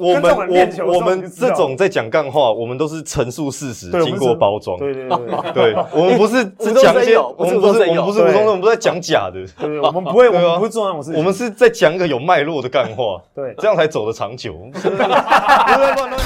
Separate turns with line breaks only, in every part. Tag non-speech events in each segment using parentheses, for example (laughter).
我
跟这
们
种人练球的
我
时
我
候你
们
就知道
这种在讲干话，我们都是陈述事实
对，我们
经
是
过包装。
对
(laughs)
对对对
对，我
(laughs)
们不是只讲一些，我
无
们
中生有
不
无中
是我们不是无中生有，
对
生有
我们不是在讲假的，
(laughs) 对，对我们不会，我
对啊
们不会做那种事情，
我们是在讲一个有脉络的干话，
对
这样才走得长久。我们不 (laughs) 是不是在乱乱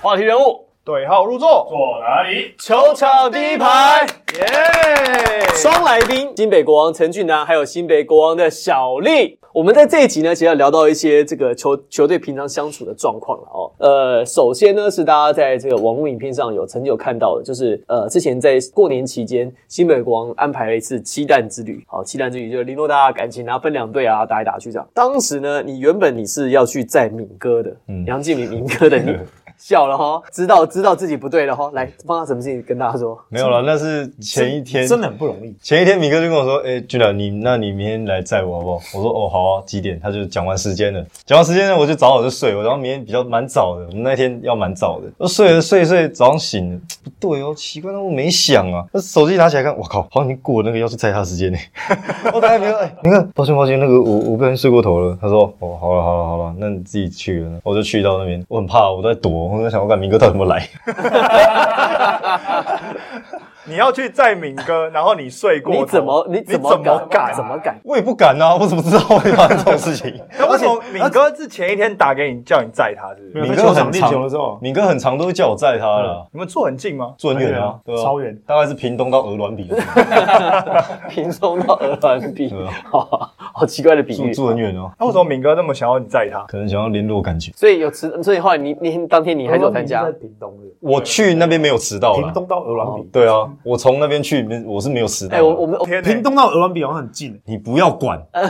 话题人物，
对号入座，
坐哪里？
球场第一排，
耶！
双来宾，新北国王陈俊南，还有新北国王的小丽。我们在这一集呢，其实要聊到一些这个球球队平常相处的状况了哦。呃，首先呢是大家在这个网络影片上有曾经有看到的，就是呃之前在过年期间，新北国王安排了一次七蛋之旅。好、七蛋之旅就是林诺大家感情啊，分两队啊，打来打去这样。当时呢，你原本你是要去载敏哥的，
嗯
杨敬敏敏哥的你笑了哈，知道知道自己不对了哈，来发生什么事情跟大家说。
没有了，那是前一天，
真的很不容易。
前一天米哥就跟我说：“哎、俊良，你那你明天来载我好不好？”我说：“哦，好啊，几点？”他就讲完时间了，讲完时间呢，我就早早就睡。我然后明天比较蛮早的，我们那天要蛮早的，我睡了睡一睡，早上醒了，不对哦，奇怪，那我没响啊。那手机拿起来看，我靠，好像已经过了那个要去载他的时间呢。 (laughs) 我打给明哥，哎、明哥，抱歉抱歉，那个我我不小心睡过头了。他说：“哦，好了好了好了，那你自己去了。”我就去到那边，我很怕，我在躲，我在想，我看明哥到底有没有来。
你要去载敏
(laughs)
哥，然后你睡过头，
你怎么你怎么
你怎么敢？啊
怎么敢？ (laughs)
我也不敢啊，我怎么知道会发生这种事情？
那为什么敏哥是前一天打给你，叫你载他，是不
没
是？
有
敏哥很
在球场练
长
球的时候，
敏哥很长都会叫我载他了，
你们坐很近吗？
坐很远啊，
对
对啊，
啊超远
大概是屏东到鹅銮比，
(laughs) 平松到鹅銮比
嗯
对啊，
好好奇怪的比
住
喻。
住很远哦，
那为什么敏哥那么想要你载他？
可能想要联络感情。
所以有迟，所以后来你你当天你还是有参
我
加
说，你是在屏东的，
我去那边没有迟到
屏
啦，
东到鹅銮比，
对啊，我从那边去，我是没有迟到
哎、
的。
我我们我
天哪
屏东到鹅銮比好像很近，
你不要
(laughs)
管，他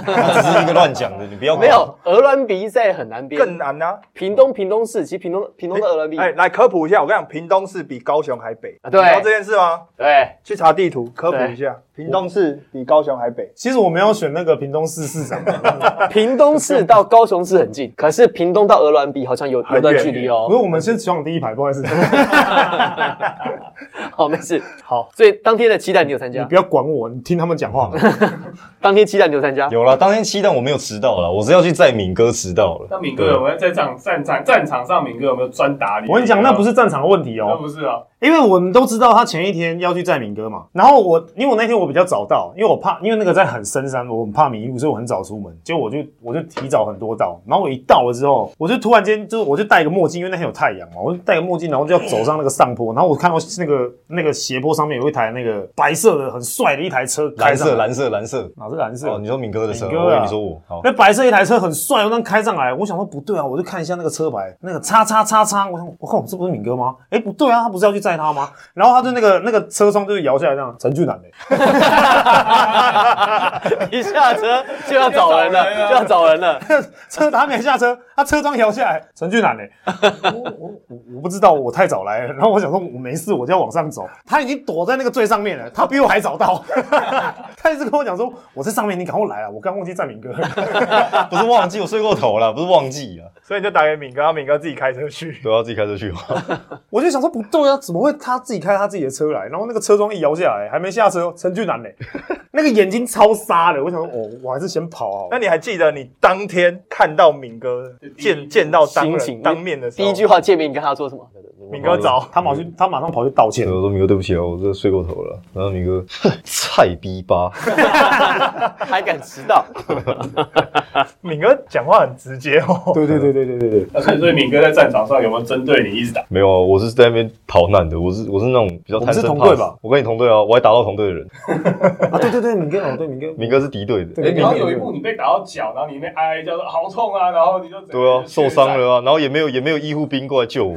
只是一个乱讲的，你不要管
没。有鹅銮鼻在很难编，
更难啊！
屏东屏东市，其实屏东屏东的鹅銮鼻，
哎，来科普一下，我跟你讲，屏东市比高雄还北，
啊对
你知道这件事吗？
对，
去查地图科普一下，屏东市比高雄还北。
其实我没有选那个屏东市市长，啊
(laughs)
屏东市到高雄市很近，可是屏东到鹅銮鼻好像有有段距离
不是
哦。
我们是球场第一排，不好意思， (laughs) 你
好，没事，好，所以当天的期待你有参加
不，要管我，你听他们讲话。
(laughs)
当天期待你有参加，
有啦，当天七但我没有迟到啦，我是要去载敏哥迟到了。
那敏哥有没有在战场战场战场上，敏哥有没有专打你？
我跟你讲，那不是战场的问题
那
哦，
不是啊，
因为我们都知道他前一天要去载敏哥嘛。然后我，因为我那天我比较早到，因为我怕，因为那个在很深山，我很怕迷路，所以我很早出门。结果我就我就提早很多到，然后我一到了之后，我就突然间就是我就戴一个墨镜，因为那天有太阳嘛，我就戴个墨镜，然后就要走上那个上坡，然后我看到那个那个斜坡上面有一台那个白色的很帅的一台车，
蓝色，蓝色，蓝色。
哪是蓝色？
哦，你说敏哥的车，
敏哥啊
我以为你说我好。
那白色一台车很帅，我刚开上来，我想说不对啊，我就看一下那个车牌，那个叉叉叉叉，我想我靠，这不是敏哥吗？哎，不对啊，他不是要去载他吗？然后他就那个那个车窗就是摇下来这样，陈俊南的、
(laughs) 一下车就要找人了， (laughs) 就要找人了。
(laughs) 车他没下车，他车窗摇下来，陈俊南的、我我我我不知道，我太早来了，然后我想说我没事，我就要往上走，他已经躲在那个最上面了，他比我还早到， (laughs) 他一直跟我讲说我在上面，你赶快来啊，我刚忘记载敏哥了。
不是忘记，我睡过头了，不是忘记啊，
所以你就打给敏哥，让敏哥自己开车去。
都要自己开车去。
我就想说不对啊，怎么会他自己开他自己的车来？然后那个车窗一摇下来，还没下车，陈俊南嘞，那个眼睛超杀的。我想说，哦，我还是先跑好了
(laughs) 那你还记得你当天看到敏哥见见到当
心情
人当面的时候，
第一句话见面，你跟他说什么？
敏哥早，
他马上他马上跑去道歉
对，。我说明哥对不起啊，我这睡过头了。然后明哥菜逼吧，
还敢迟到？ (laughs)
敏哥讲话很直接哦。
对对对对对对对，
那所以所以敏哥在战场上有没有针对你一直打？
没有啊，我是在那边逃难的，我是我是那种比较贪生
我们是同
怕
队
死
吧。
我跟你同队啊，我还打到同队的人，
啊对对对，敏哥哦对敏哥，
明哥是敌对的。
对
诶
哎然后有一幕你被打到脚，然后你那边哀哀叫说好痛啊，然后你就整个
对啊，
就
受
血
伤
战。
了啊，然后也没有也没有医护兵过来救我，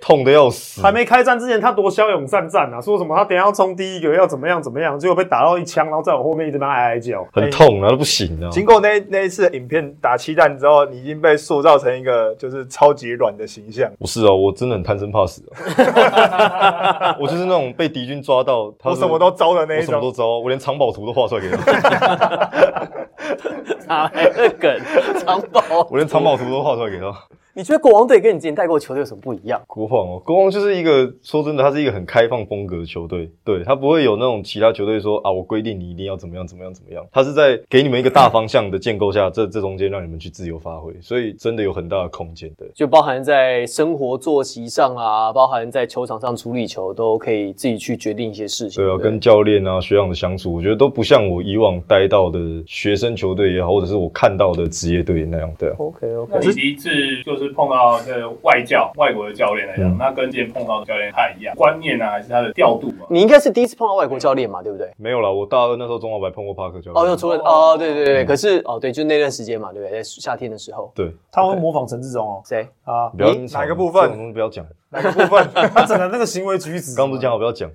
痛的要死。
还没开战之前他多骁勇善战啊，说什么他等一下要冲第一个要怎么样怎么样，结果被打到一枪，然 (laughs) 后在我后面一直在那哀哀叫。
很痛啊，都不行啊。
经过那那一次影片打七蛋之后，你已经被塑造成一个就是超级软的形象。
不是啊，我真的很贪生怕死
(laughs)
啊，我就是那种被敌军抓到，他
我
是
什么都招的那
我
一
什么都
种，
招，我连藏宝图都画出来给他。
哪来的梗？藏宝，
我连藏宝图都画出来给他。
(laughs) 你觉得国王队跟你之前带过球队有什么不一样？
国王哦，国王就是一个说真的，他是一个很开放风格的球队，对他不会有那种其他球队说啊，我规定你一定要怎么样怎么样怎么样，他是在给你们一个大方向的建构下，这这中间让你们去自由发挥，所以真的有很大的空间对。
就包含在生活作息上啊，包含在球场上处理球，都可以自己去决定一些事情。
对啊，
不
跟教练啊、学长的相处，我觉得都不像我以往待到的学生球队也好，或者是我看到的职业队那样。对啊，
OK
那
OK，
你第一次就是碰到这个外教外国的教练来讲，那跟之前碰到的教练他一样，观念啊还是他的调度啊，
你应该是第一次碰到外国教练嘛，对不对？
没有啦，我大二那时候中华白碰过帕克教练。
哦，又除了哦，对对对，可是哦，对，就那段时间嘛，对不对？在夏天的时候，
对，
他会模仿陈志忠哦
谁？
啊，
不要
你哪个部分
这种东西不要讲，
哪个部分？
他整个那个行为举止，
刚不是讲好不要讲。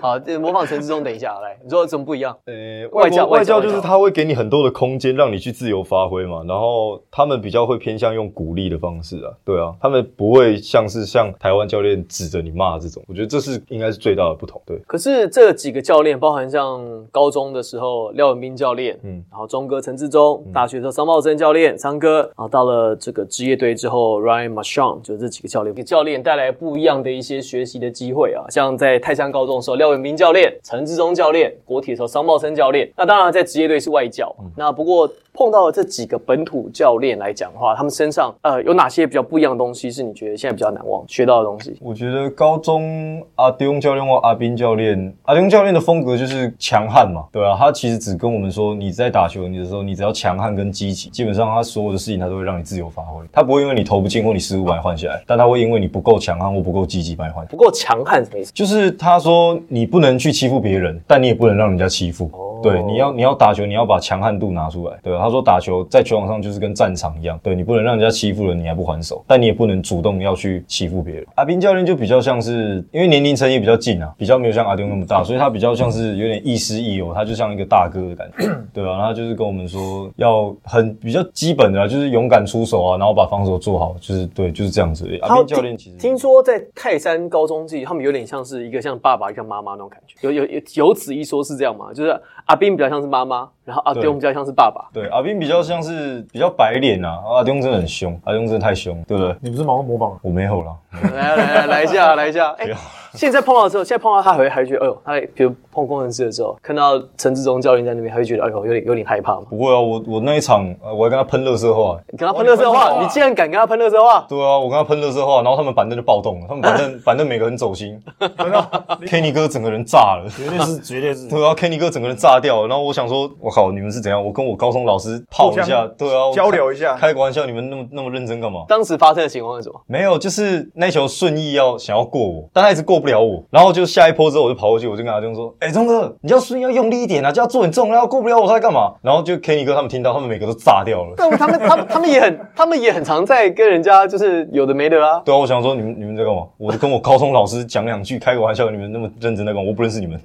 好，这模仿陈志忠，等一下来，你说有什么不一样？
呃，
外
外
教
教
外
外
教
教就是他会给你很多的空间，让你去自由发挥嘛。然后他们比较会偏向用鼓励的方式啊，对啊，他们不会像是像台湾教练指着你骂这种。我觉得这是应该是最大的不同。对，
可是这几个教练，包含像高中的时候廖永斌教练，嗯
嗯，
然后钟哥陈志忠，大学的时候桑茂森教练，桑哥，然后到了这个职业队之后，Ryan Machon，就这几个教练给教练带来不一样的一些学习的机会啊。像在泰山高中的时候，廖永斌教练、陈志忠教练，国体的时候桑茂森教练，那当然在职业队是外教，啊那不过。碰到了这几个本土教练来讲的话，他们身上呃有哪些比较不一样的东西是你觉得现在比较难忘学到的东西？
我觉得高中阿丁教练或阿斌教练，阿丁教练的风格就是强悍嘛，对啊，他其实只跟我们说，你在打球你的时候，你只要强悍跟积极，基本上他所有的事情他都会让你自由发挥，他不会因为你投不进或你失误把你换下来，但他会因为你不够强悍或不够积极把你换下来。
不够强悍什么意思？
就是他说你不能去欺负别人，但你也不能让人家欺负。
哦
对，你要你要打球，你要把强悍度拿出来。对，他说打球在球场上就是跟战场一样，对你不能让人家欺负了，你还不还手，但你也不能主动要去欺负别人。阿斌教练就比较像是，因为年龄层也比较近啊，比较没有像阿丁那么
嗯
大，所以他比较像是有点亦师亦友，他就像一个大哥的感
(coughs)
觉，对啊，然后他就是跟我们说要很比较基本的啊，就是勇敢出手啊，然后把防守做好，就是对，就是这样子而已。阿
他
斌教练其实
听听说在泰山高中自己，他们有点像是一个像爸爸一个妈妈那种感觉，有有有有此一说是这样吗？就是阿斌比较像是妈妈，然后阿啊
对
丁比较像是爸 (laughs) 爸。
对，阿斌比较像是比较白脸啊，阿丁真的很凶，阿丁真的太凶，对不对？
你不是忙模仿？啊
我没有啦，
来来来来一下，来一下。哎、现在碰到之后，现在碰到他还会还觉得，哎呦，他比如碰工程师的时候，看到陈志忠教练在那边，还会觉得，哎呦，有点有点害怕嘛。
不会啊，我我那一场呃我还跟他喷热色话、
你跟他喷热色
哦你喷热色
话，
话
你竟然敢跟他喷热色话？
对啊，我跟他喷热色话，然后他们板凳就暴动了，他们板凳
(laughs)
板凳每个很走心 (laughs) ，Kenny 哥整个人炸了。
绝对是，绝对
(laughs)
是。
对啊，Kenny 哥整个人炸掉了，然后我想说，我靠，你们是怎样？我跟我高中老师泡一
互
下，
相
对啊，我
交流一下
开个玩笑，你们那么那么认真干嘛？
当时发生的情况是什么？
没有，就是那球顺义要想要过我，但他一直过不了我。然后就下一波之后，我就跑过去，我就跟阿忠说：“哎、忠哥，你叫顺义要用力一点啊，就要做你这种，然后过不了我，他在干嘛？”然后就 Kenny 哥他们听到，他们每个都炸掉了。
(laughs)
但他们他们他们也 (laughs) 很他们也很常在跟人家就是有的没的啊。
对啊，我想说你们你们在干嘛？我跟我高中老师讲两句，开个玩笑，你们那么认真在干嘛？我不认识
(laughs)
你们，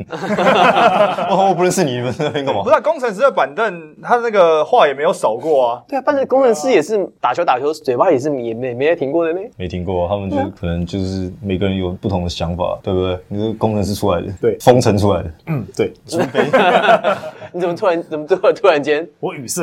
哦我不认识你们在那边干嘛
不？是、啊、工程师的板凳，他那个话也没有少过啊。
对啊，但是工程师也是打球打球，嘴巴也是也没没停过的呢。
没听过啊，他们就是可能就是每个人有不同的想法，对不对？你是工程师出来的，
对
封城出来的，
嗯，对，
(laughs) 你怎么突然怎么突然突然间
(laughs) 我语塞。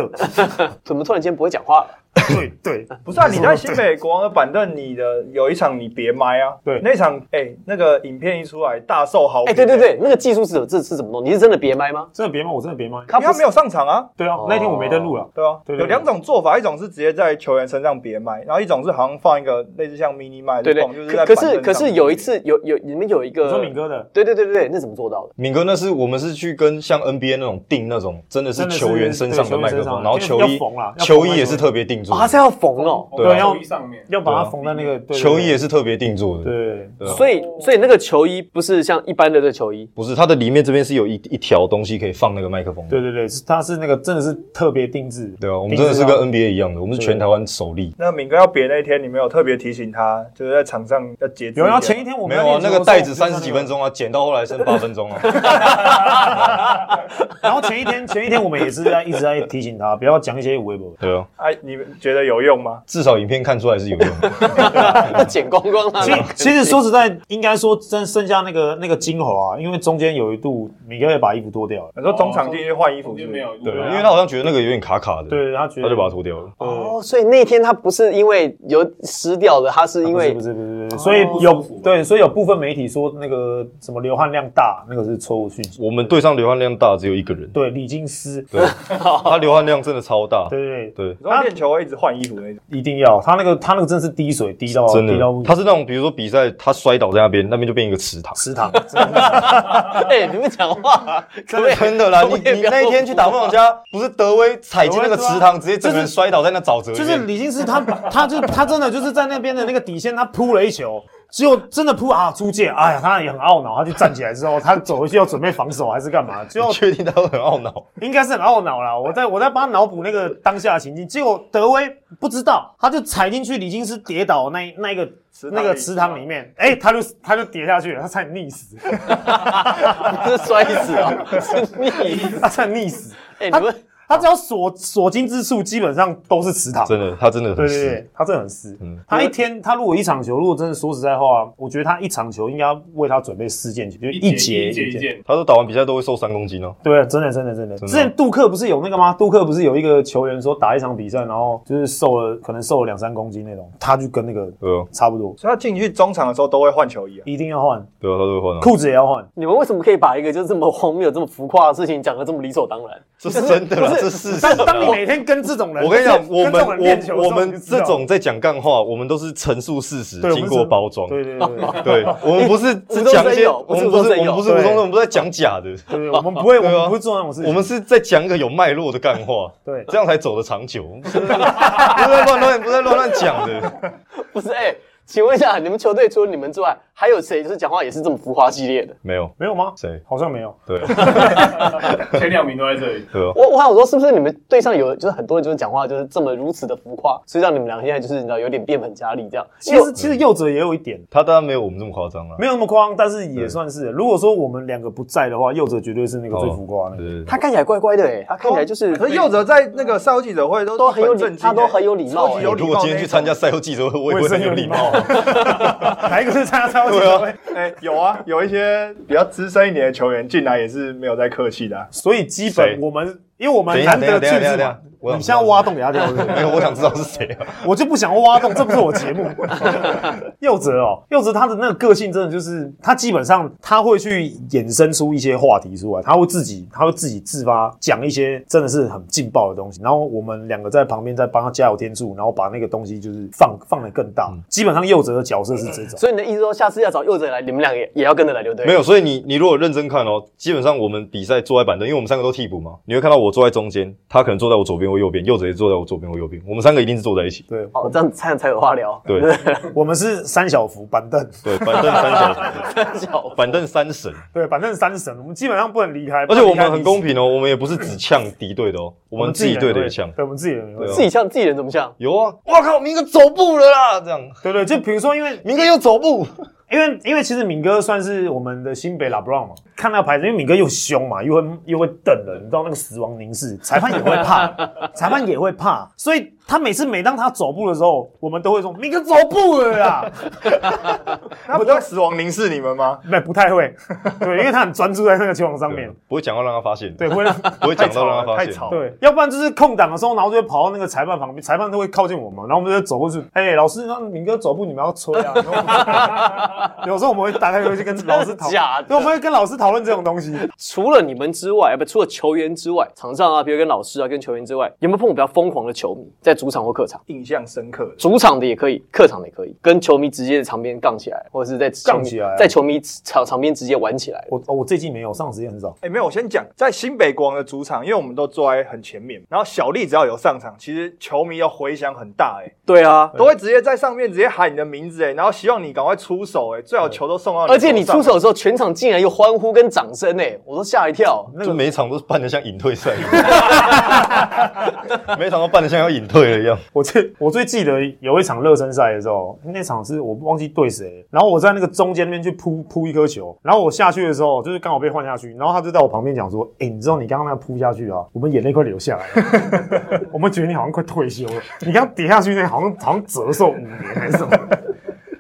(laughs) 怎么突然间不会讲话了？
对对，
不是啊，你在新北国王的板凳，你的有一场你别麦啊。
对
那场哎、那个影片一出来大受好评。
哎、对对，对，那个技术是怎么这是怎么弄？你是真的别麦吗？
真的别骂，我真的别骂。
因为他没有上场啊。
对啊，那天我没登录了。
对啊，
对对对
有两种做法，一种是直接在球员身上别麦，然后一种是好像放一个类似像 mini 麦的
对对
放，就是在
可可
板
是
凳
可
上
是有一次有有你们有一个
你说敏哥的，
对对对对对，那怎么做到的？
敏哥，那是我们是去跟像 NBA 那种定那种，真的是球员身上的麦克风，然后球
要
衣
缝啦要缝
球衣也是特别定做
啊，他
的，
是要缝哦，
我
对啊
在球衣上面
要把它缝在那个对对对
球衣也是特别定做的，
对，
对啊
所以所以那个球衣不是像一般的这球衣， (laughs)
不是它的里面这边是有一一条东西可以放那个麦克风的，
对对对，是它是那个真的是特别定制。
对啊，我们真的是
定制
跟
到
NBA 一样的，我们是全台湾首例。
那敏哥要别那一天，你们有特别提醒他，就是在场上要节制。
有啊，前一。天我
没
们
有啊，
在
那个
练球的时候
袋子三十几分，
(laughs)
钟啊，剪到后来剩八分钟啊。
然后前一天前一天我们也是在一直在提醒他不要讲一些微博。
对啊，
哎，你们觉得有用吗？
至少影片看出来是有用的。
要剪光光啊
其！其实说实在，应该说真剩下那个那个金猴啊，因为中间有一度米格也把衣服脱掉了，
你说中场进去换衣服
中
是
间
不
没
是？
有，
对，啊因为他好像觉得那个有点卡卡的，，
对，他觉
他
得
就把它脱掉了。
呃
哦，所以那天他不是因为有湿掉的，他是因
不是
为
啊不是不是不是，所以
舒
有
服吧
对，所以有部分媒体说那个什么流汗量大，那个是错误讯息。
我们队上流汗量大只有一个人，
对，李金斯，
对，他流汗量真的超大，
对对对，
对，
你说练球会一直换衣服那种？
一定要他那个他那个真是滴水滴到
真
滴到
的，他是那种比如说比赛他摔倒在那边，那边就变一个池塘。
池
(laughs)
塘，
(laughs) 哎，你们讲话 (laughs) 可不可以
真的啦，
(laughs)
可不
你
可以不
你
要
那一天去打梦想家，不是德威踩进那个池塘，直接整个人摔倒在那沼泽里
(laughs) 就是
面。
李金斯他他就他真的就是在那边的那个底线，他扑了一球，结果真的扑啊出界，哎呀，他也很懊恼，他就站起来之后，他走回去要准备防守还是干嘛，结
(laughs)
果
你确定他会很懊
(laughs)
恼？
应该是很懊恼啦，我在我在帮他脑补那个当下的情境，结果德威不知道，他就踩进去，李金斯跌倒那一那一个
池塘里
那个池塘里面，哎、他就他就跌下去了，他差点溺 (laughs) 死，
不是摔死啊，
(laughs)
是溺。
他差点溺死，
哎，你们
他只要所所经之处基本上都是池塘，
真的，他嗯真的
对
很
对
湿。
对，他真的很湿。他一天，他如果一场球，如果真的说实在话，我觉得他一场球应该要为他准备四件球，就
一
节
一节一。节，
他说打完比赛都会瘦三公斤哦。
对，啊真的真的真的。
的
之前杜克不是有那个吗？杜克不是有一个球员说打一场比赛，然后就是瘦了，可能瘦了两三公斤那种，他就跟那个
对啊，
差不多，
所以他进去中场的时候都会换球衣啊。
一定要换
对啊，他都会
(laughs)
换啊。
裤子也要换。
你们为什么可以把一个就这么荒谬、这么浮夸的事情讲得这么理所当然？
这是真的啦，这是事实
但
哦
当你
啦。
每天跟这种人，
我跟你讲，我
跟这种人练球
们我
的
我
时候
们
你就知道
这种在讲干话，我们都是陈述事实，
对我们
经过
是
包装。
对对对对
(laughs)
对，我们不
(laughs)
是
无
只
中
讲一
生
些，
有
我们不
不
是
是无
我
中生
们
有
不是无中
对
生，我们不是在讲假的，
对对，我们不会，我
对啊
们不会做那种事情。
我们是在讲一个有脉络的干话，
对
这样才走得长久。不是不是在乱乱，不是在乱乱讲的。
不是哎、请问一下，你们球队除了你们之外，还有谁就是讲话也是这么浮夸系列的？
没有，
没有吗？
谁
好像没有。
对
前两名都在这里。
对啊，
我我想说，是不是你们队上有就是很多人就是讲话就是这么如此的浮夸，所以让你们俩现在就是你知道有点变本加厉这样？
其实其实右者也有一点。
他当然没有我们这么夸张了。
没有那么夸张，但是也算是。如果说我们两个不在的话，右者绝对是那个最浮夸的那个。
哦对，
他看起来怪怪的哎、他看起来
哦
就是
可是右哲在那个赛后记者会都
都很有礼
正经欸
他都很有礼貌欸
超级有礼貌。
如果今天去参加，赛后记者会，我也会很有礼貌。。 (laughs)
哪一个是参加超级
对啊
杯？
(laughs) 哎，有啊，有一些比较资深一点的球员进来也是没有在客气的啊。
所以基
谁
本我们，因为我
等
们
一下
难得
等一下
去
等一
是
下
嘛
等一下我，想
你现在挖洞给他跳，是不
没
是
有，我想知道是谁啊？ (laughs)
我就不想挖洞，这不是我节目。右哲哦，右哲他的那个个性真的就是，他基本上他会去衍生出一些话题出来，他会自己他会自己自发讲一些真的是很劲爆的东西，然后我们两个在旁边再帮他加油添醋，然后把那个东西就是放 (laughs) 放得更
嗯
大。基本上右哲的角色是这种。
所以你的意思说，下次要找右哲来，你们俩也也要跟着来，对不对？
没有，所以你你如果认真看哦，基本上我们比赛坐在板凳，因为我们三个都替补嘛，你会看到我坐在中间，他可能坐在我左边或右边，右哲也坐在我左边或右边，我们三个一定是坐在一起。
对，
哦，这样才才有话聊。 (laughs)
对
我们是三小福板凳，
对，板凳三小，
三小
板凳三神。
对，板凳三神，我们基本上不能离开。
而且我们很
平。
公平哦，我们也不是只呛敌对的哦，我们自己队的也呛。
对，我们自己人也会
对啊
自己像自己人怎么像？
有啊，哇靠，明哥走步了啦，这样，
对对，就比如说，因为
明哥又走步，
因为因为其实敏哥算是我们的新北拉布朗嘛，看那个牌子，因为敏哥又凶嘛，又会又会瞪人，你知道那个死亡凝视，裁判也会怕，裁判也会怕，所以他每次每当他走步的时候，我们都会说敏哥走步了啦，
他不都死亡凝视你们吗？
没不太会，对，因为他很专注在那个球网上
(laughs)
面，
不会讲话让他发现，
对，不会让。
不会讲到让他发
太
现
吵。了
对，要不然就是空档的时候，然后就会跑到那个裁判旁边，裁判都会靠近我们，然后我们就走过去，哎、老师，那敏哥走步，你们要吹啊。 (laughs) 然后我们有时候我们会打开游戏跟老师讨
真的假的
对，我们会跟老师讨论这种东西。
除了你们之外，啊不，除了球员之外，场上啊，比如跟老师啊，跟球员之外，有没有碰过比较疯狂的球迷？在主场或客场？
印象深刻的。
主场的也可以，客场的也可以，跟球迷直接在场边杠起来，或者是在球迷
杠起来啊
在球迷场场边直接玩起来。
我哦，我最近没有，上时间很少。
哎、没有，我先讲，在新北国王的主场，因为我们都坐在很前面，然后小丽只要有上场，其实球迷要回响很大、哎，
对啊，
都会直接在上面直接喊你的名字、哎，然后希望你赶快出手、哎，最好球都送到你。
而且你出，手的时候，全场竟然有欢呼跟掌声诶，我都吓一跳。
(laughs) 就每一场都是办的像隐退赛一样，每一场都办的像要隐退醉了一样。
我最我最记得有一场热身赛的时候，那场是我忘记对谁，然后我在那个中间那边去扑扑一颗球，然后我下去的时候就是刚好被换下去，然后他就在我旁边讲说：“哎、你知道你刚刚那扑下去啊，我们眼泪快流下来了，我们觉得你好像快退休了，你刚跌下去那好像好像折寿五年还是什么。”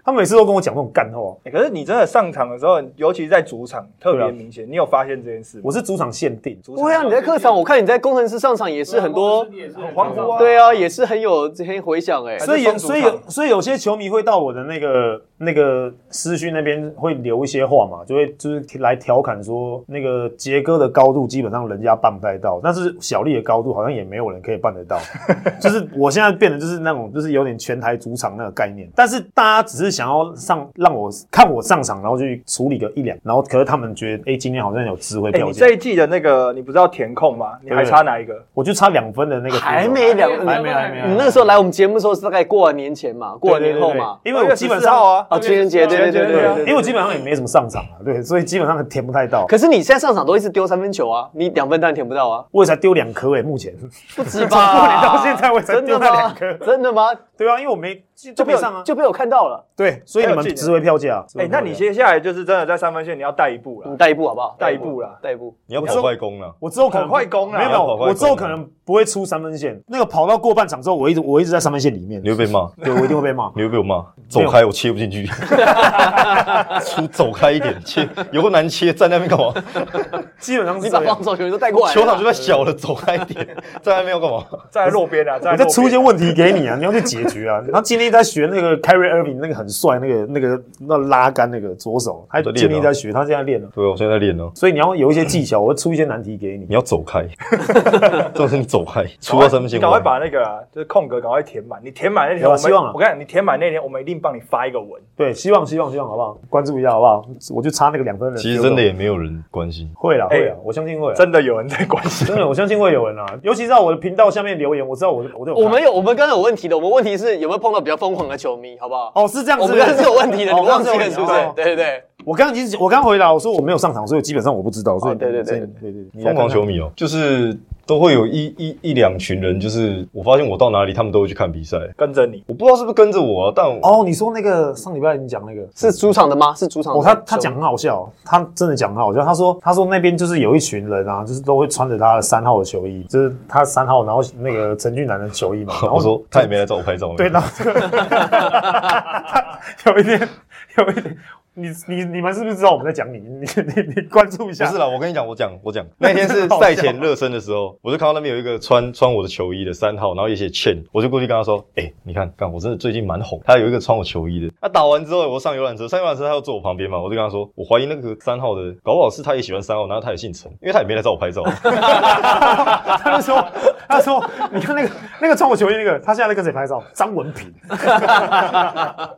他每次都跟我讲这种干话，
欸可是你真的上场的时候，尤其是在主场特别明显，你有发现这件事吗？
我是主场限定，
主场
对啊，你在客场，我看你在工程师上场也是很多，
也是很
荒芜啊
对啊，也是很有这些回响哎、
所以
还
有
是
所
双
以
主场
有所以有些球迷会到我的那个那个私讯那边会留一些话嘛，就会就是来调侃说那个杰哥的高度基本上人家办不太到，但是小丽的高度好像也没有人可以办
(laughs)
得到，就是我现在变得就是那种就是有点全台主场那个概念，但是大家只是想要上让我看我上场，然后去处理个一两，然后可是他们觉得哎、今天好像有智慧
哎、
表
你
现，
这一季的那个，你不是要填空吗？你还差哪一个？
我就差两分的那个
还
分数
没两，
还没啊还没
你那时候来我们节目的时候是大概过完年前嘛，过完年后
对
嘛，
对对对因为我基本上
2月14号啊，
啊，情人节，对对对
情人节啊
对
因为我基本上也没怎么上场啊，对，所以基本上填不太到。
可是你现在上场都一直丢三分球啊，你两分当然填不到啊，
我也才丢两颗诶，欸目前。
不止吧？
从过年到现在我也才
啊真的
丢那
吗
两颗
真的吗？
(laughs) 对啊，因为我没就
就被
没上啊
我，就被我看到了，
对，所以你
还有
们
进
值回票价。
哎、那你接下来就是真的在三分线，你要嗯带一步
你
了。
带一步好不好？
带一步啦
带一步。
你要跑外攻了，
我之后可能
跑快攻啊
没有没
要
有，
跑快攻啊
我之后可能不会出三分线。那个跑到过半场之后，我一直我一直在三分线里面 (laughs)
你，会被骂，
对我一定会被骂。
你会被我骂。走开，我切不进去。出走开一点，切有个难切，站在那边干嘛？
基本上是啊
你把
这样
防。守球员都带过来了，
球场就在小了，走开一点，站在那边要干嘛？
在路边啊，在
我
路
再
边
出一些问题给你啊，你要去解决 (laughs) 啊。然后尽力在学那个 Carry Irving 那个很帅那个那个那拉杆那个左手，还
在练啊
尽力在哦学，他现在练了。
对，我现在在练哦。
所以你要有一些技巧，我会出一些难题给你。
你要走开， (laughs) 这种是你走开，出到三分线
赶快
外。
把那个啊，就是空格赶快填满。你填满那天，
有啊
我们
希望啊
我跟你讲，你填满那天，我们一定帮你发一个文。
对，希望希望希望，好不好？关注一下，好不好？我就差那个两分的。
其实真的也没有人关心，
会啦，
哎
会啦，我相信会啦。
真的有人在关心， (laughs)
真的，我相信会有人啊，尤其是在我的频道下面留言，我知道我我都有看。
我们有，我们刚刚有问题的，我们问题是有没有碰到比较疯狂的球迷，好不好？
哦是这样子，
我们刚刚是有问题的，
哦
你忘记了是
这
不
样
是
子哦？
对对对，
(laughs) 我刚刚已经我刚回答我说我没有上场，所以基本上我不知道。所以
哦对对对
所以对对，你来
疯狂
看看
球迷哦，就是都会有一一一两群人，就是我发现我到哪里，他们都会去看比赛。
跟着你。
我不知道是不是跟着我、啊，但我
哦，你说那个上礼拜你讲那个。
是主场的吗？是主场的
哦，
球迷。
他他讲很好笑，他真的讲很好笑。他说他说那边就是有一群人啊，就是都会穿着他的三号的球衣，就是他三号，然后那个陈俊南的球衣
(laughs)
嘛。然后
(laughs) 我说他也没来找我拍照。
哦对，然后这个他有一天，有一天，你你你们是不是知道我们在讲你？你你你关注一
不
下。
是啦，我跟你讲，我讲我讲，那天是赛前热身的时候，我就看到那边有一个穿穿我的球衣的三号，然后也写欠，我就过去跟他说，哎、你看，干，我真的最近蛮红。他有一个穿我球衣的，他打完之后，我上游览车，上游览车他要坐我旁边嘛，我就跟他说，我怀疑那个三号的，搞不好是他也喜欢三号，然后他也姓陈，因为他也没来找我拍照。 (laughs)
他就说，他说，你看那个那个穿我球衣那个，他现在在跟谁拍照？张文平，他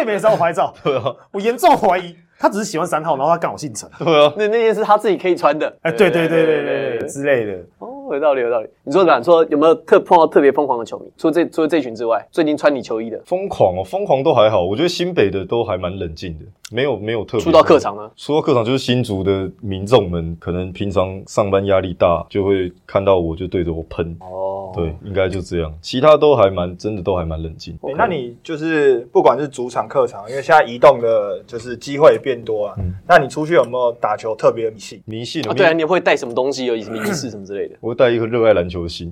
也没找我拍照，
对啊，
我严重怀疑他只是喜欢三号，然后他干我姓陈。
对啊，
那那件是他自己可以穿的。
哎，对对对对对对之类的。
哦，有道理，有道理。你说哪？说有没有特碰到特别疯狂的球迷？除了这除了这群之外，最近穿你球衣的，
疯狂哦，疯狂都还好，我觉得新北的都还蛮冷静的，没有没有特别。
出到客场呢？
说到客场，就是新竹的民众们，可能平常上班压力大，就会看到我就对着我喷。
哦，
对，应该就这样，其他都还蛮，真的都还蛮冷静。
欸那你就是不管是主场、客场，因为现在移动的就是机会也变多啊。那你出去有没有打球特别迷信？
迷信了、
啊，对啊，你会带什么东西？有什么仪式什么之类的？
我带一颗热爱篮球的
(laughs)
心。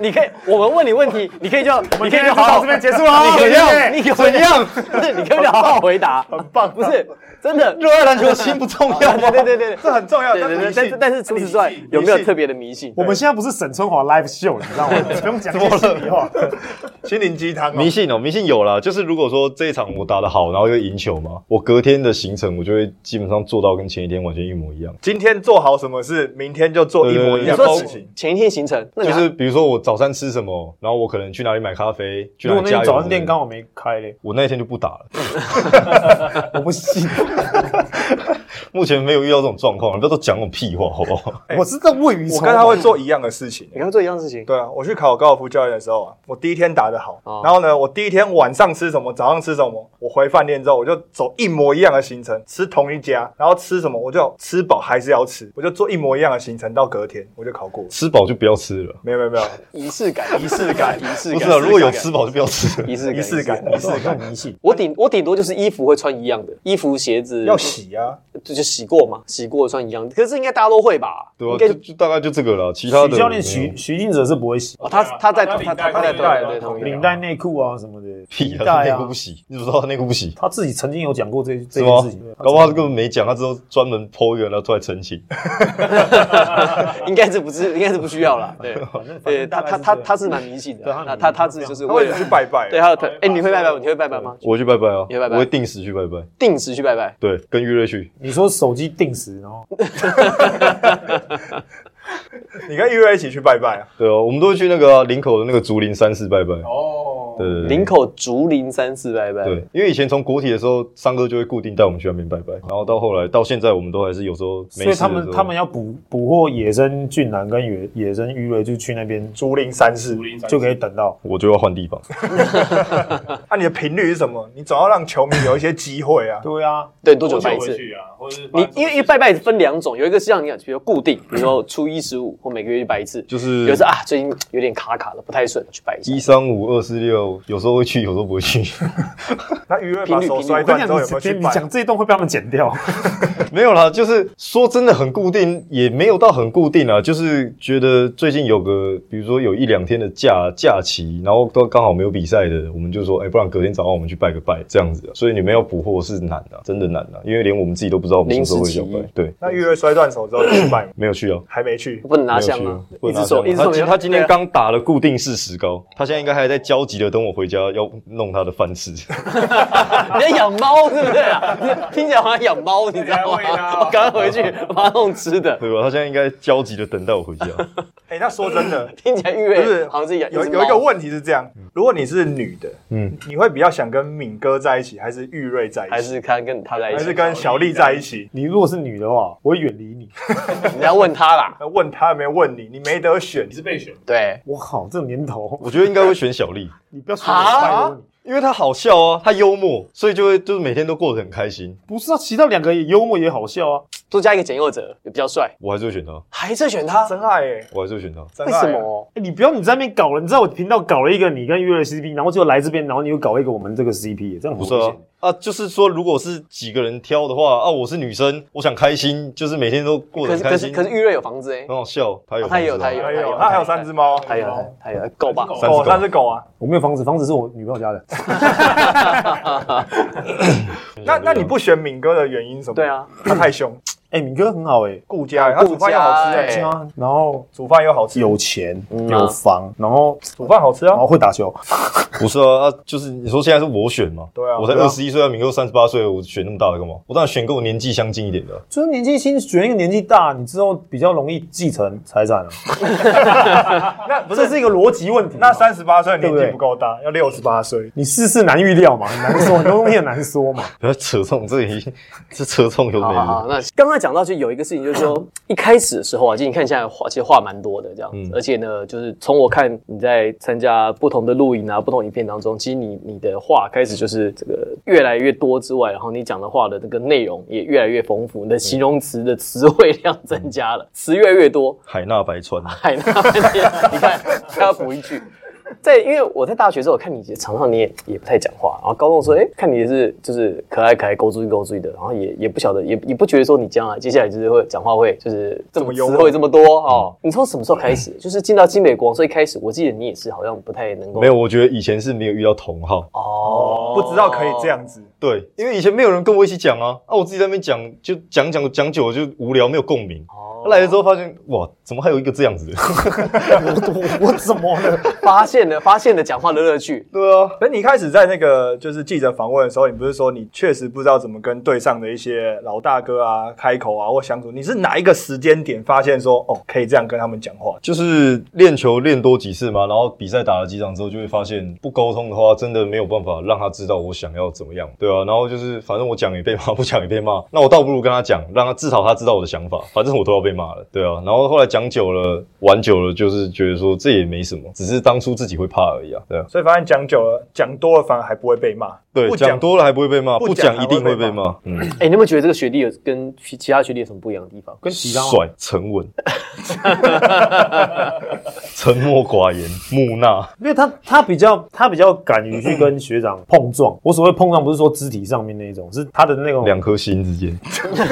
你可以，我们问你问题，你可以就你可以就好
好，
好
这边结束了，
你可
谢
以
谢
就你可以怎样？不是，你可以就好好回答，很棒，不是真的。啊
热爱篮球的心不重要吗？
对对对对
这很重要，
对对对，但是但是除此之外，有没有特别的迷信？
我们现在不是沈春华 live show，你知道吗？不用讲这些心里话。
心灵鸡汤哦
迷信哦，迷信有啦，就是如果说这一场我打得好，然后又赢球嘛，我隔天的行程我就会基本上做到跟前一天完全一模一样。
今天做好什么事，明天就做一模一
你
对对
样的
对
说
事情。
前一天行程，那你
就
还
是比如说我早餐吃什么，然后我可能去哪里买咖啡，去
如
哪
果
里加油之类
那天
的。
早餐店刚好没开嘞，
我那一天就不打了。
我不信。
目前没有遇到这种状况，不要都讲那种屁话，好不好？ (laughs)
(laughs) 我是在未雨绸
我
缪。
跟他会做一样的事情、
你跟他做一样的事情，
对啊，我去考高尔夫教练的时候啊，我第一天打得好，
哦
然后呢，我第一天晚上吃什么，早上吃什么，我回饭店之后我就走一模一样的行程，吃同一家，然后吃什么我就吃饱还是要吃，我就做一模一样的行程，到隔天我就考过。
吃饱就不要吃了，
没有没有没有，
仪式感，仪式感，仪式感。
不是啊？如果有吃饱就不要吃了。
仪式感，
仪式感，仪式感
迷信。
我顶我顶多就是衣服会穿一样的，衣服鞋子
(laughs) 要洗啊，
就就洗过嘛，洗过穿一样的。可是应该大家都会吧？
对啊，
应该
就就大概就这个了，其他的
许教练
我没有
徐徐静哲是不会洗
哦他他在他他他在
领带
对对
领
对
带
领带、内裤啊什么的，
屁
皮
啊，
带
内
啊
裤不。洗，你怎么知道他内裤不洗？
他自己曾经有讲过这这
是
件
吗
事情，？
搞不好他根本没讲，他之后专门 PO 一个，然后出来澄清。
应该是不是应该是不需要啦。对
反正
对，他他他他是蛮迷信的
对
啊，
他
那
很
他
迷
他自己就是
他会
为
一
了
直去拜拜。
(laughs)
啊
对，还有他哎，你会拜拜吗？你会拜拜吗？
我会去拜拜啊，
你会拜拜
我会定时去拜拜。
定时去拜拜。
对，跟玉瑞去，
你说手机定时，然后
你跟玉瑞一起去拜拜啊，
对哦，我们都会去那个啊林口的那个竹林山寺拜拜。
哦，
对，对对
林口竹林三四拜拜，
对，因为以前从国体的时候，三哥就会固定带我们去那边拜拜，然后到后来到现在，我们都还是有时候没事
所
的
以
时候
他们他们要捕捕获野生俊男跟野野生鱼类，就去那边
竹林三世
竹。林三
就可以等到。。
我就要换地方，
那、啊你的频率是什么？你总要让球迷有一些机会啊
(laughs) 对啊，
对，多
多
久
久
拜一
回
次？
去啊？或者是
你因为因为拜拜分两种，有一个是像你讲，比如固定，比如说初一十五或每个月去拜一次，
就是
有时候啊最近有点卡卡了，不太顺，去拜一下
一。三五二四六，有时候会去，有时候不会去。 (laughs)
那玉瑞把
频率
手
频率
摔
我跟你
断之
讲，
后有没有
你
去
你
拜？
讲这一段会被他们剪掉。 (laughs)
没有啦，就是说真的很固定，也没有到很固定啊，就是觉得最近有个，比如说有一两天的假假期，然后都刚好没有比赛的，我们就说，哎、不然隔天早上我们去拜个拜，这样子、啊。所以你们要捕获是难的、啊真的难的、因为连我们自己都不知道我们什么时候会
临时
要
起
拜。对，？
那玉瑞摔断手之后去拜吗
没有去啊。
还没去。
不能拿
没有
香
去
啊
啊，
一
不
直
拿
手
香
一直
他
手没
今
有。
他今
对
天
啊
刚打了固定式石膏，他现在应该还在焦急的等我回家要弄他的饭吃。
(laughs) 你在养猫是不是啊？你听起来好像养猫，你知道
你还喂它
吗 (laughs)
哦？
赶快回去把它弄吃的，
对吧？他现在应该焦急的等待我回家。 (laughs)
哎、那说真的，
听起来预
就
备
是
好像是养
有
只
有一
猫
个问题是这样：
嗯
如果你是女的，
嗯
嗯，你会比较想跟敏哥在一起，还是玉瑞在一起，
还是看跟他在一
还
起
是，跟小丽在一起？
你如果是女的话，我会远离你。
你要问他 (laughs) 啦。
那问他有没有问你，你没得选
你。是备选，
对，
我靠，这年头
我觉得应该会选小丽，
你不要说
啊
我拜托你。
因为她好笑啊，她幽默，所以就会就是每天都过得很开心。
不是啊，其他两个也幽默也好笑啊。
多加一个简佑哲也比较帅，
我还是会选她，
还是选他？
真爱耶、
我还是会选她。
真
啊为
爱、
什么？
哎你不要你在那边搞了，你知道我频道搞了一个你跟月的 CP，然后就来这边，然后你又搞一个我们这个 CP，这样
不
很
是
危
啊
险。，
啊，就是说，如果是几个人挑的话，啊，我是女生，我想开心，就是每天都过得很
可是
开
可是
心，
可是玉瑞有房子哎
很，好笑。她有
啊，他也有
房子啊
他也有
还哎有，他还有三只猫，
还有还有哦够
哦
吧？
狗
三只狗
狗，三只狗啊。
我没有房子，房子是我女朋友家的。
那那你不选敏哥的原因是什么？
对，啊，哦
他太凶，
哎，敏哥很好哎，
顾家耶，他煮饭又好吃、
顾
欸，
家耶哎
啊，然后
煮饭又好吃，
有哦钱
啊
有房，然后
煮饭好吃啊
然。后会打球。
不是啊，啊，就是你说现在是我选嘛？
对啊
我才
对啊
二十一岁，明哥三十八岁，我选那么大的干嘛？我当然选跟我年纪相近一点的啊。
就是年纪轻，选一个年纪大，你之后比较容易继承财产啊。
那不
这
是
是一个逻辑问题嘛。
那三十八岁
对
年
不对
纪不够大，要六十八岁。
你世事难预料嘛，很难说，很多东西很难说嘛。
不要扯这种，这里这扯这种有
好
没
好好，
的。
那刚才讲到就有一个事情，就是说一开始的时候啊，其实你看现在话其实话蛮多的这样子，
嗯
而且呢，就是从我看你在参加不同的录影啊、不同影片当中，其实你你的话开始就是这个越来越多之外，然后你讲的话的那个内容也越来越丰富，你的形容词的词汇量增加了，词越来越多，
海纳百川，
海纳百
(laughs)
川。你看，还要补一句。在，因为我在大学的时候，我看你也常常你也也不太讲话，然后高中的时候，哎、看你也是就是可爱可爱，勾注意勾注意的，然后也也不晓得也也不觉得说你将来接下来就是会讲话会就是这么
么幽
词
默
汇这么多哦。你从什么时候开始？就是进到金美国，所以开始我记得你也是好像不太能够
没有，我觉得以前是没有遇到同好，
哦，
不知道可以
(laughs)
这样子，
对，因为以前没有人跟我一起讲啊，啊，我自己在那边讲，就讲讲讲久了就无聊，没有共鸣，
哦，
来了之后发现，哇，怎么还有一个这样子的？ (laughs)
我我怎么了？
发现了，发现了讲话的乐趣。
对啊，
可是你一开始在那个就是记者访问的时候，你不是说你确实不知道怎么跟队上的一些老大哥啊开口啊或相处？你是哪一个时间点发现说哦可以这样跟他们讲话？
就是练球练多几次嘛，然后比赛打了几场之后，就会发现不沟通的话，真的没有办法让他知道我想要怎么样，对啊，然后就是反正我讲也被骂，不讲也被骂， (laughs) 那我倒不如跟他讲，让他至少他知道我的想法，反正我都要被骂了，对啊。然后后来讲久了，玩久了，就是觉得说这也没什么，只是当初自己会怕而已啊，对啊。
所以发现讲久了，讲多了反而还不会被骂。
对，
不
讲多了还不会被骂，
不
不
讲
讲一定
还会
会
被
被骂。嗯，
哎、你有没有觉得这个学历有跟其其他学历有什么不一样的地方？
跟其他吗
帅、沉稳、 (laughs) 沉默寡言、木讷。
因为他他比较他比较敢于去跟学长碰撞。我所谓碰撞，不是说肢体上面那一种，是他的那种，
两颗心之间，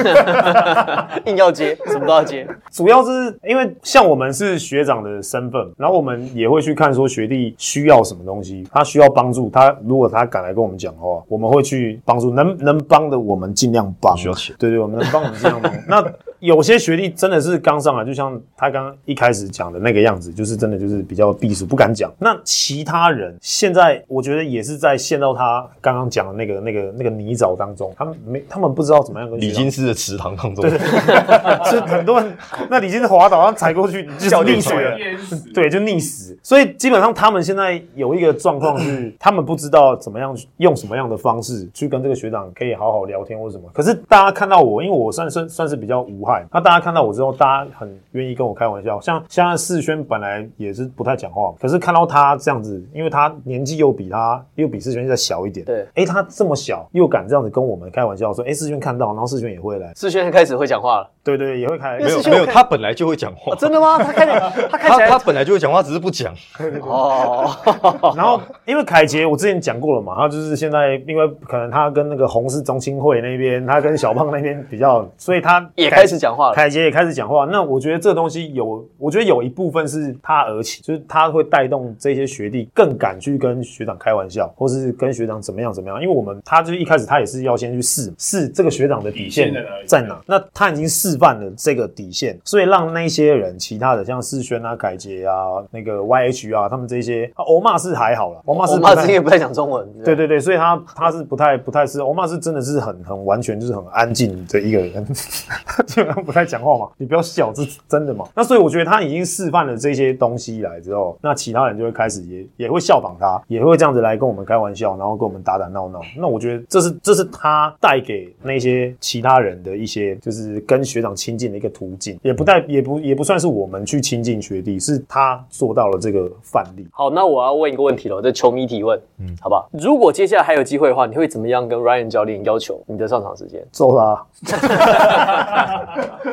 啊硬要接，什么都要接。
主要是因为像我们是学长的身份，然后我们也会去看说学弟需要什么东西，他需要帮助，他如果他敢来跟我们讲的话，我们会去帮助，能能帮的我们尽量
(laughs)
帮。
需要钱
对对，我们能帮我们尽量帮。那有些学弟真的是刚上来，就像他刚刚一开始讲的那个样子，就是真的就是比较避暑，不敢讲。那其他人现在我觉得也是在陷到他刚刚讲的那个那个那个泥沼当中，他们没他们不知道怎么样跟
李
学
金
长，
斯的池塘当中，
(laughs) 是很多人那李金是滑倒，他踩过去就是
掉
溺
进去
水
了
了。
淹死，
对，就溺死。所以基本上他们现在有一个状况 (laughs) 是，他们不知道怎么样去用什么样的方式去跟这个学长可以好好聊天或什么。可是大家看到我，因为我算算算是比较无害，那大家看到我之后，大家很愿意跟我开玩笑。像现在世轩本来也是不太讲话，可是看到他这样子，因为他年纪又比他又比世轩再小一点，
对
哎，他这么小又敢这样子跟我们开玩笑说，哎，世轩看到，然后世轩也会来，
世轩开始会讲话了、
对对，也会开，
没有
是
没有，
我看
他本来就会讲话
啊，真的吗？他看起来，他看
他
起来
他本来就会讲话，只是不讲。
哦，
然后，因为凯杰，我之前讲过了嘛，他就是现在，因为可能他跟那个红是中青会那边，他跟小胖那边比较，所以他
也开始讲话了。
凯杰也开始讲话。那我觉得这东西有，我觉得有一部分是他而起，就是他会带动这些学弟更敢去跟学长开玩笑，或是跟学长怎么样怎么样。因为我们他就是一开始他也是要先去试试这个学长的底线
底线在哪里
在哪。那他已经示范了这个底线，所以让那些人，其他的像世轩啊、凯杰啊、那个 YH 啊，他们这些，啊欧骂是还好了，欧骂是
我
不
妈
太
之前也不太讲中文，
对对
对
对，所以他他是不太不太是，欧妈是真的是很很完全就是很安静的一个人， (laughs) 基本上不太讲话嘛。你不要笑，这是真的嘛？那所以我觉得他已经示范了这些东西来之后，那其他人就会开始也也会效仿他，也会这样子来跟我们开玩笑，然后跟我们打打闹闹。那我觉得这是这是他带给那些其他人的一些就是跟学长亲近的一个途径，也不带也不也不算是我们去亲近学弟，是他做到了这个范例。
好，那我要问一个问题了，这球迷提问，嗯，好不好？如果接下来还有机会的话，你会怎么样跟 Ryan 教练要求你的上场时间？
揍他、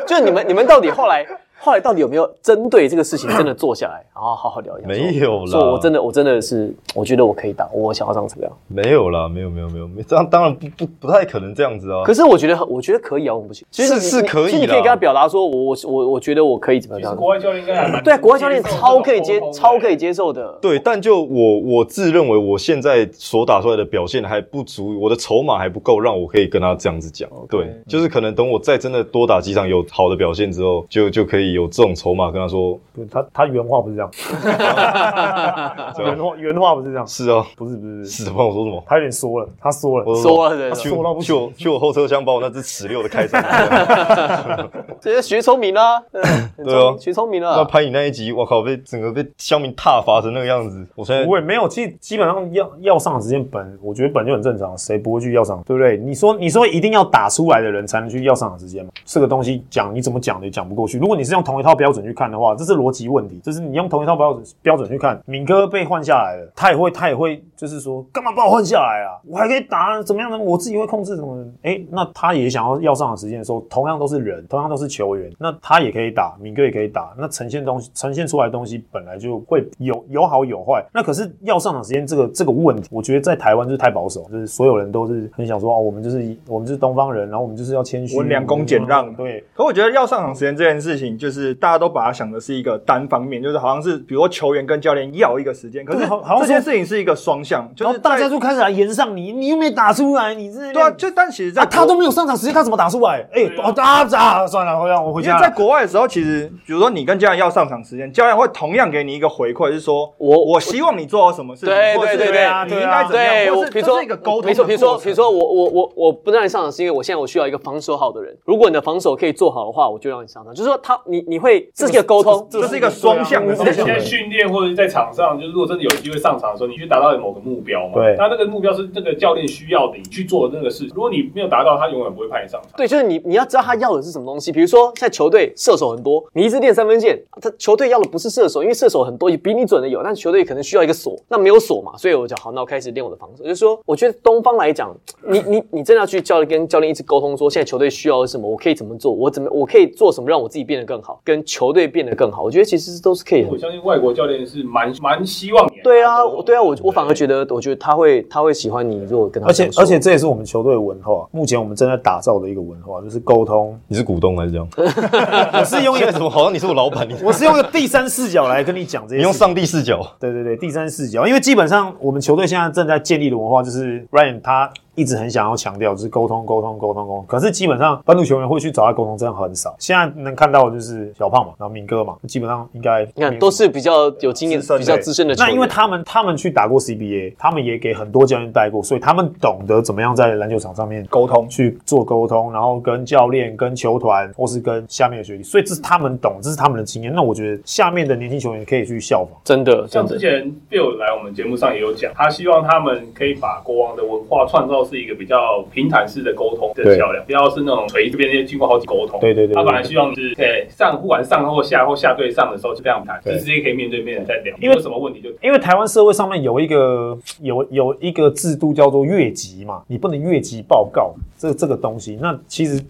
就你们，你们到底后来，后来到底有没有针对这个事情真的坐下来，然后好好聊一下？
没有啦
说说我真的，我真的是，我觉得我可以打，我想要上怎么样？
没有啦，没有没有没有，没当当然不不不太可能这样子啊。
可是我觉得，我觉得可以啊，我们不行。其实你
是是可以啦
其实你可以跟他表达说，我我我我觉得我可以怎么
其实
样？
国外教练应该还蛮
对啊，国外教练超可以接，超可以
以。
接受的。
对，但就我我自认为我现在所打出来的表现还不足，我的筹码还不够，让我可以跟他这样子讲。对，就是可能等我再真的多打几场有好的表现之后，就就可以有这种筹码跟他说，
不他他原话不是这样，原话原话不是这样，
是啊，
不是不是不是，
是的，帮我说什么？
他有点缩了，他缩了。
我
啊
说了对
去
说到不
我去
行
我去我后车厢把我那只尺六的开上来。
(laughs)
这些学聪明
(coughs)
嗯啦，对
对啊
学聪明
那
啦。
拍你那一集，我靠，被整个被乡民踏伐成那个样子，我现在
不会没有，其实基本上要要上的时间本，我觉得本就很正常，谁不会去要上，对不对？你说你说一定要打出来的人才能去要上的时间嘛？这个东西讲你怎么讲也讲不过去。如果你是用同一套标准去看的话，这是逻辑问题，就是你用同一套标准标准去看，敏哥被换下来了，他也会他也会就是说干嘛把我换下来啊？我还可以打怎么样呢？我自己会控制什么的？哎，那他也想要要上的时间的时候，同样都是人，同样都是球员，那他也可以打，敏哥也可以打，那呈现东西呈现出来的东西本来就会有有好有坏。那可是要上场时间这个这个问题，我觉得在台湾就是太保守，就是所有人都是很想说哦，我们就是我们就是东方人，然后我们就是要谦虚，
温良恭俭让
对。
可我觉得要上场时间这件事情，就是大家都把它想的是一个单方面，就是好像是比如说球员跟教练要一个时间，可是
对好好像
这件
说
事情是一个双向，就
然
是
后大
在
家就开始来延上你，你又没打出来，你这
对啊，就但其实在
啊，他
国
都没有上场时间，他怎么打出来？哎
对，啊
哦，打打算了，我让我回
因
家
为在
了。
国外的时候，其实比如说你跟教练要上场时间，教练会同样给你一个回馈，是说
我
我希望你做到什么事情，
对
或者是
对对对
啊你
对啊
应该怎么
对，
样，
我
或是
比
这
如说
是一个沟通的过程，
没错，比如说比如说我我我我不让你上场，是因为我现在我需要一个防守好的人。如果你的防守可以做好的话，我就让你上场。就是说他你你会这是一个沟通，
这是一个双向的
对啊
那
事
你
情。
在训练或者是在场上，就是如果真的有机会上场的时候，你去达到某个目标嘛？
对
那那个目标是那个教练需要你去做的那个事。如果你没有达到，他永远不会派你上场。
对，就是你你要知道他要的是什么东西。比如说，现在球队射手很多，你一直练三分线，他球队要的不是射手，因为射手很多，也比你准的有，但球队可能需要一个锁，那没有锁嘛，所以我就好，那我开始练我的防守。就是说，我觉得东方来讲，你你你真的要去教练跟教练一直沟通说现在球队需要的是什么，我可以怎么做，我怎么我可以做什么让我自己变得更好，跟球队变得更好。我觉得其实都是可以
因为我相信外国教练是蛮蛮希望你。
对啊，我对啊，我我反而觉得，我觉得他会他会喜欢你，如果跟他
而且
相处
而且这也是我们球队的文化，目前我们正在打造的一个文化，就是沟通。
你是股东还是这
(laughs)
样？
我是用一
现在
个
怎么好像你是我老板？你
(laughs) 我是用一个第三视角来跟你讲这些。
你用上帝视角，
对对对，第三视角，因为基本上我们球队现在正在建立的文化就是 Ryan 他一直很想要强调就是沟通沟通沟通沟通，可是基本上班主球员会去找他沟通真的很少。现在能看到的就是小胖嘛，然后明哥嘛，基本上应该
你看都是比较有经验、
资深的
比较资深的球
那
员。
因为他们他们去打过 CBA，他们也给很多教练带过，所以他们懂得怎么样在篮球场上面
沟通
去做沟通，然后跟教练、跟球团或是跟下面的学弟，所以这是他们懂，这是他们的经验。那我觉得下面的年轻球员可以去效仿。
真的
像
真
之
的，
前 Bill 来我们节目上也有讲，他希望他们可以把国王的文化创造是一个比较平坦式的沟通的较量，不要是那种锤这边经过好几沟通。
对对对对
他本来希望是对上，不管上或下或下对上的时候就这样谈，就直接可以面对面的在聊，
因为
有什么问题就
因为台湾社会上面有一个有有一个制度叫做越级嘛，你不能越级报告这这个东西。那其实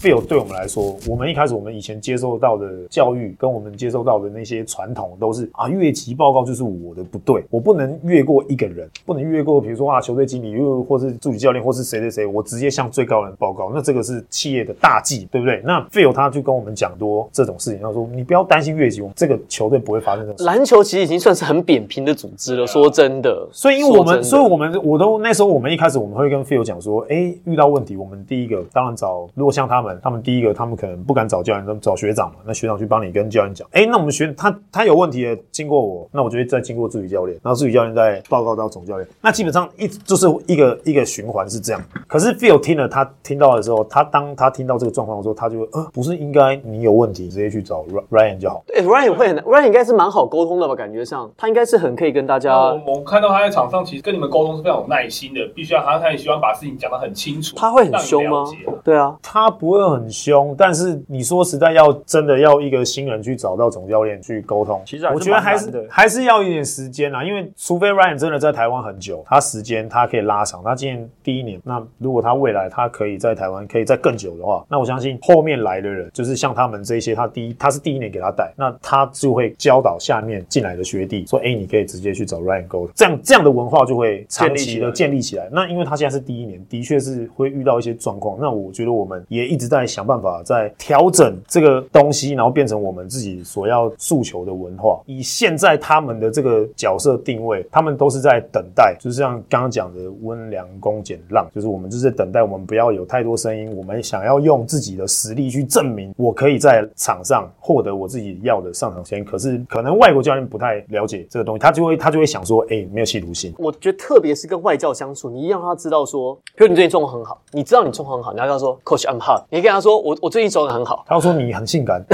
feel 对我们来说，我们一开始我们以前接受到的教育跟我们接受到的那些传统都是啊，越级报告就是我的不对，我不能越过一个人，不能越过比如说啊球队经理又或是助理教练或是谁谁谁，我直接向最高人报告，那这个是企业的大忌，对不对？那 feel 他就跟我们讲多这种事情，他说你不要担心越级，我们这个球队不会发生这种事。
篮球其实已经算是很扁平的组织
啊
了。说真的，
所以，因为我们，所以
说真的
我们，我都那时候，我们一开始我们会跟 Phil 讲说，哎，遇到问题，我们第一个当然找，如果像他们，他们第一个，他们可能不敢找教练，他们找学长嘛，那学长去帮你跟教练讲，哎，那我们学他他有问题的，经过我，那我就会再经过助理教练，然后助理教练再报告到总教练，那基本上一就是一个一个循环是这样。可是 Phil 听了他听到的时候，他当他听到这个状况的时候，他就呃，不是应该你有问题直接去找 Ryan 就好。
哎、r y a n 会很 Ryan 应该是蛮好沟通的吧？感觉上他应该是很可以跟大家，
哦
我我看到他在场上，其实跟你们沟通是非常有耐心的，必须要他他很喜欢把事情讲得很清楚。
他会很凶吗
让你了解？
对啊，
他不会很凶，但是你说实在要真的要一个新人去找到总教练去沟通，
其实还是
我觉得还
蛮难
是
的
还是要一点时间啊啦，因为除非 Ryan 真的在台湾很久，他时间他可以拉长，他今年第一年，那如果他未来他可以在台湾可以再更久的话，那我相信后面来的人就是像他们这些，他第一他是第一年给他带，那他就会教导下面进来的学弟说，哎、你可以直接去找 Ryan 沟通，这样这样的文化就会长
建立
期
起
的
来
建立起来。那因为他现在是第一年，的确是会遇到一些状况。那我觉得我们也一直在想办法在调整这个东西，然后变成我们自己所要诉求的文化。以现在他们的这个角色定位，他们都是在等待，就是像刚刚讲的温良恭俭让，就是我们就是等待，我们不要有太多声音，我们想要用自己的实力去证明我可以在场上获得我自己要的上场时间。可是可能外国教练不太了解这个东西，他就会他就会想说，哎、没有企图心。
我觉得特别是跟外教相处，你一定让他知道说，比如你最近状况很好，你知道你状况很好，你要跟他说 Coach I'm hot，你可以跟他说我我最近状况很好， (laughs)
他说你很性感，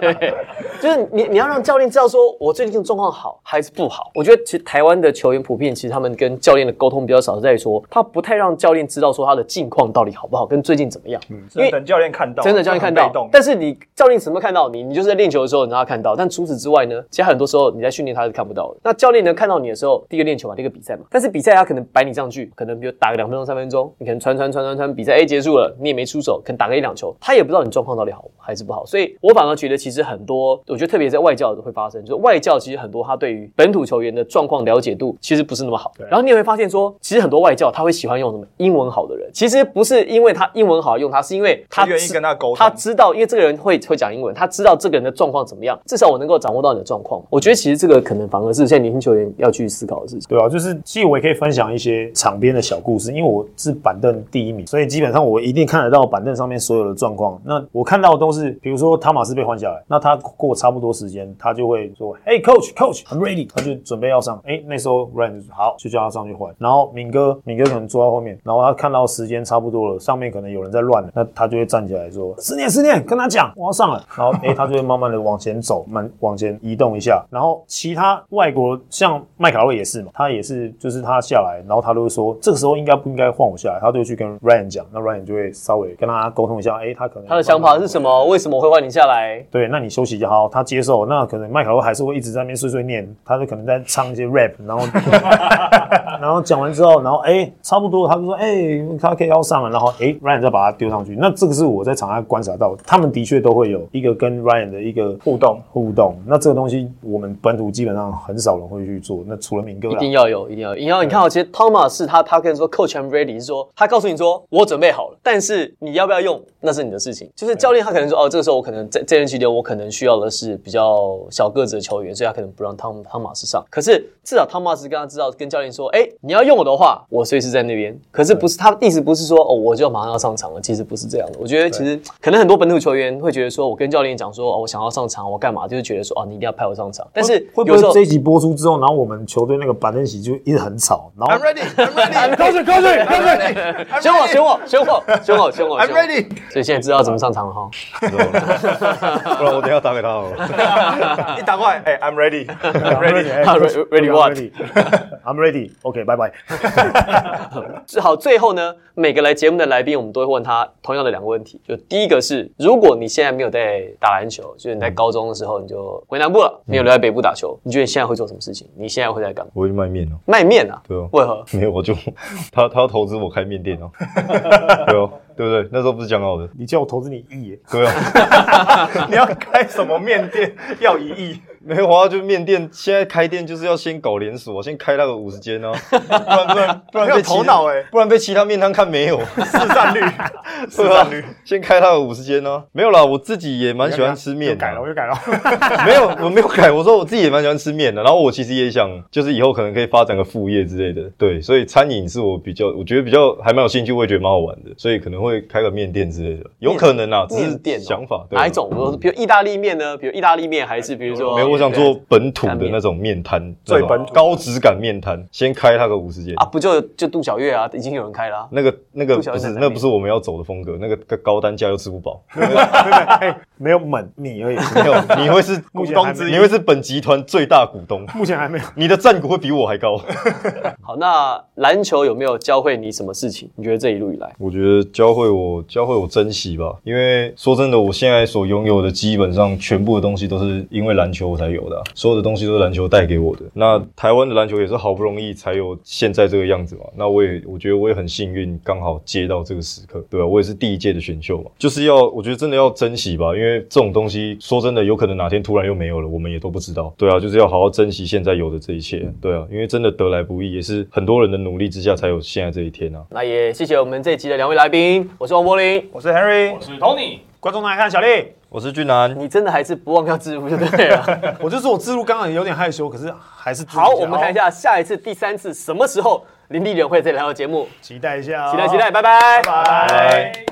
对，就是你你要让教练知道说，我最近状况好还是不好。我觉得其实台湾的球员普遍，其实他们跟教练的沟通比较少，在于说他不太让教练知道说他的近况到底好不好，跟最近怎么样。
只能等教练看到，
真的教练看
就很
到
被动，
但是你教练什么时候看到你？你就是在练球的时候你让他看到，但除此之外呢，其实很多时候你在训练他是看不到的。那教练能看到你的时候，第一个练球嘛，第一个比赛嘛，但是比赛他可能摆你上去，可能比如打个两分钟、三分钟，你可能传传传传传，比赛 A 结束了，你也没出手，可能打个一两球，他也不知道你状况到底好还是不好。所以我反而觉得其实很多，我觉得特别在外教会发生，就是外教其实很多他对于本土球员的状况了解度其实不是那么好。然后你也会发现说，其实很多。多外教他会喜欢用什么英文好的人，其实不是因为他英文好用他，是因为他
他愿意
知
跟他沟通
他知道，因为这个人会会讲英文，他知道这个人的状况怎么样，至少我能够掌握到你的状况。我觉得其实这个可能反而是现在年轻球员要去思考的事情。
对啊，就是其实我也可以分享一些场边的小故事，因为我是板凳第一名，所以基本上我一定看得到板凳上面所有的状况。那我看到的都是，比如说汤马斯被换下来，那他过差不多时间，他就会说：“哎、c o a c h coach，I'm ready。”他就准备要上。哎、那时候 Ryan 就说好，就叫他上去换。然后敏哥，敏哥可能坐到后面，然后他看到时间差不多了，上面可能有人在乱了，那他就会站起来说：“思念，思念，跟他讲，我要上了。”然后
(laughs)
哎、他就会慢慢的往前走，慢往前移动一下。然后其他外国像麦卡瑞也是嘛，他也是就是他下来，然后他都会说这个时候应该不应该换我下来，他就会去跟 Ryan 讲，那 Ryan 就会稍微跟他沟通一下，哎、他可能
他的想法是什么？为什么会换你下来？
对，那你休息一下，好，他接受，那可能麦考洛还是会一直在那边碎碎念，他就可能在唱一些 rap，然
(laughs)
后然后讲完之后，然后哎、差不多，他就说哎、他可以要上了，然后哎、Ryan 再把他丢上去，那这个是我在场下观察到，他们的确都会有一个跟 Ryan 的一个
互动
互动，那这个东西我们本土基本上很少人会去做，那除了敏哥
一
啦，
定要有，一定要有。然后你看哦，其实 Thomas 是他，他跟你说 Coach I'm ready，是说他告诉你说我准备好了，但是你要不要用那是你的事情。就是教练他可能说哦，这个时候我可能在这任期间我可能需要的是比较小个子的球员，所以他可能不让汤汤马斯上。可是至少汤马斯跟他知道跟教练说，哎，你要用我的话，我随时在那边。可是不是他的意思不是说哦我就马上要上场了，其实不是这样的。我觉得其实可能很多本土球员会觉得说我跟教练讲说哦我想要上场，我干嘛就是觉得说哦你一定要派我上场，但是
会不
有时候
会这一集播出之后，然后我们球队那个板凳席就一直很吵，然后
I'm ready, I'm
(laughs)
ready，高水高水高水
选我，选我，选我，选我，选我。
，I'm
选我
ready。
所以现在知道怎么上场了哈。
不 (laughs) 然我等一下打给他好了。
你打过来，哎，I'm ready，I'm
(laughs)
ready。
哎
Ready- ready what？
I'm ready，OK，拜拜。
好，最后呢，每个来节目的来宾，我们都会问他同样的两个问题。就第一个是，如果你现在没有在打篮球，就是你在高中的时候你就回南部
嗯
了，没有留在北部打球，你觉得你现在会做什么事情？你现在会在干嘛？
我会去卖面哦、
卖面啊？
对哦
为何？
没有我就他他要投资我开面
(laughs)
店哦、对哦、对不对？那时候不是讲好的，
你叫我投资你一亿
(laughs)
耶，
对啊。
你要开什么面
(laughs)
店？要一亿？
没有啊，就面店现在开店就是要先搞连锁，先开那个五十间哦，不然不然不然
没有
被其他
头脑欸
不然被其他面摊看没 (laughs) 有，
市占率？市
对
占
啊
率？，
先开那个五十间哦，没有啦，我自己也蛮喜欢吃面啊 (laughs)
又啊改
的
了，，我又改了。 (laughs)
没有我没有改，我说我自己也蛮喜欢吃面的，然后我其实也想就是以后可能可以发展个副业之类的，对，所以餐饮是我比较我觉得比较还蛮有兴趣，我也觉得蛮好玩的，所以可能会开个面店之类的，有可能啊，只
面
是
店哦
想法，对嗯
哪一？种？比如说，比如意大利面呢？比如意大利面，还是比如说……
没有，我想做本土
干
的
面
那种面摊，那
最
种
本土
高质感面摊，先开它个五十间
啊，不就就杜小月啊，已经有人开了啊、
那个那个
不小
不
心
是
在哪里
那不是我们要走的风格，那个个高单价又吃不饱，
没有猛你而已，
没有，你会是
目
股
前还
东
没
之一，你会是本集团最大股东，
(laughs) 目前还没有。
你的占股会比我还高。
好，那篮球有没有教会你什么事情？你觉得这一路以来，
我觉得教会我教会我珍惜吧，因为说真的，我现在所拥有的基本上全部的东西都是因为篮球我才有的啊、所有的东西都是篮球带给我的。那台湾的篮球也是好不容易才有现在这个样子嘛，那我也我觉得我也很幸运，刚好接到这个时刻，对吧、我也是第一届的选秀嘛，就是要我觉得真的要珍惜吧，因为这种东西说真的，有可能哪天突然又没有了，我们也都不知道。对啊，就是要好好珍惜现在有的这一切，对啊，因为真的得来不易，也是很多人的努力之下才有现在这一天啊。
那也谢谢我们这一集的两位来宾，我是王柏林。
我是 Henry，
是 Tony。
观众来看小丽，
我是俊南，
你真的还是不忘要自入就对了。
我就说我自录刚刚有点害羞，可是还是自录
好，
下
我们看一，
哦
下下一次第三次什么时候林立人会再来到节目，
期待一下哦，
期待期待，拜
拜
拜
拜。
拜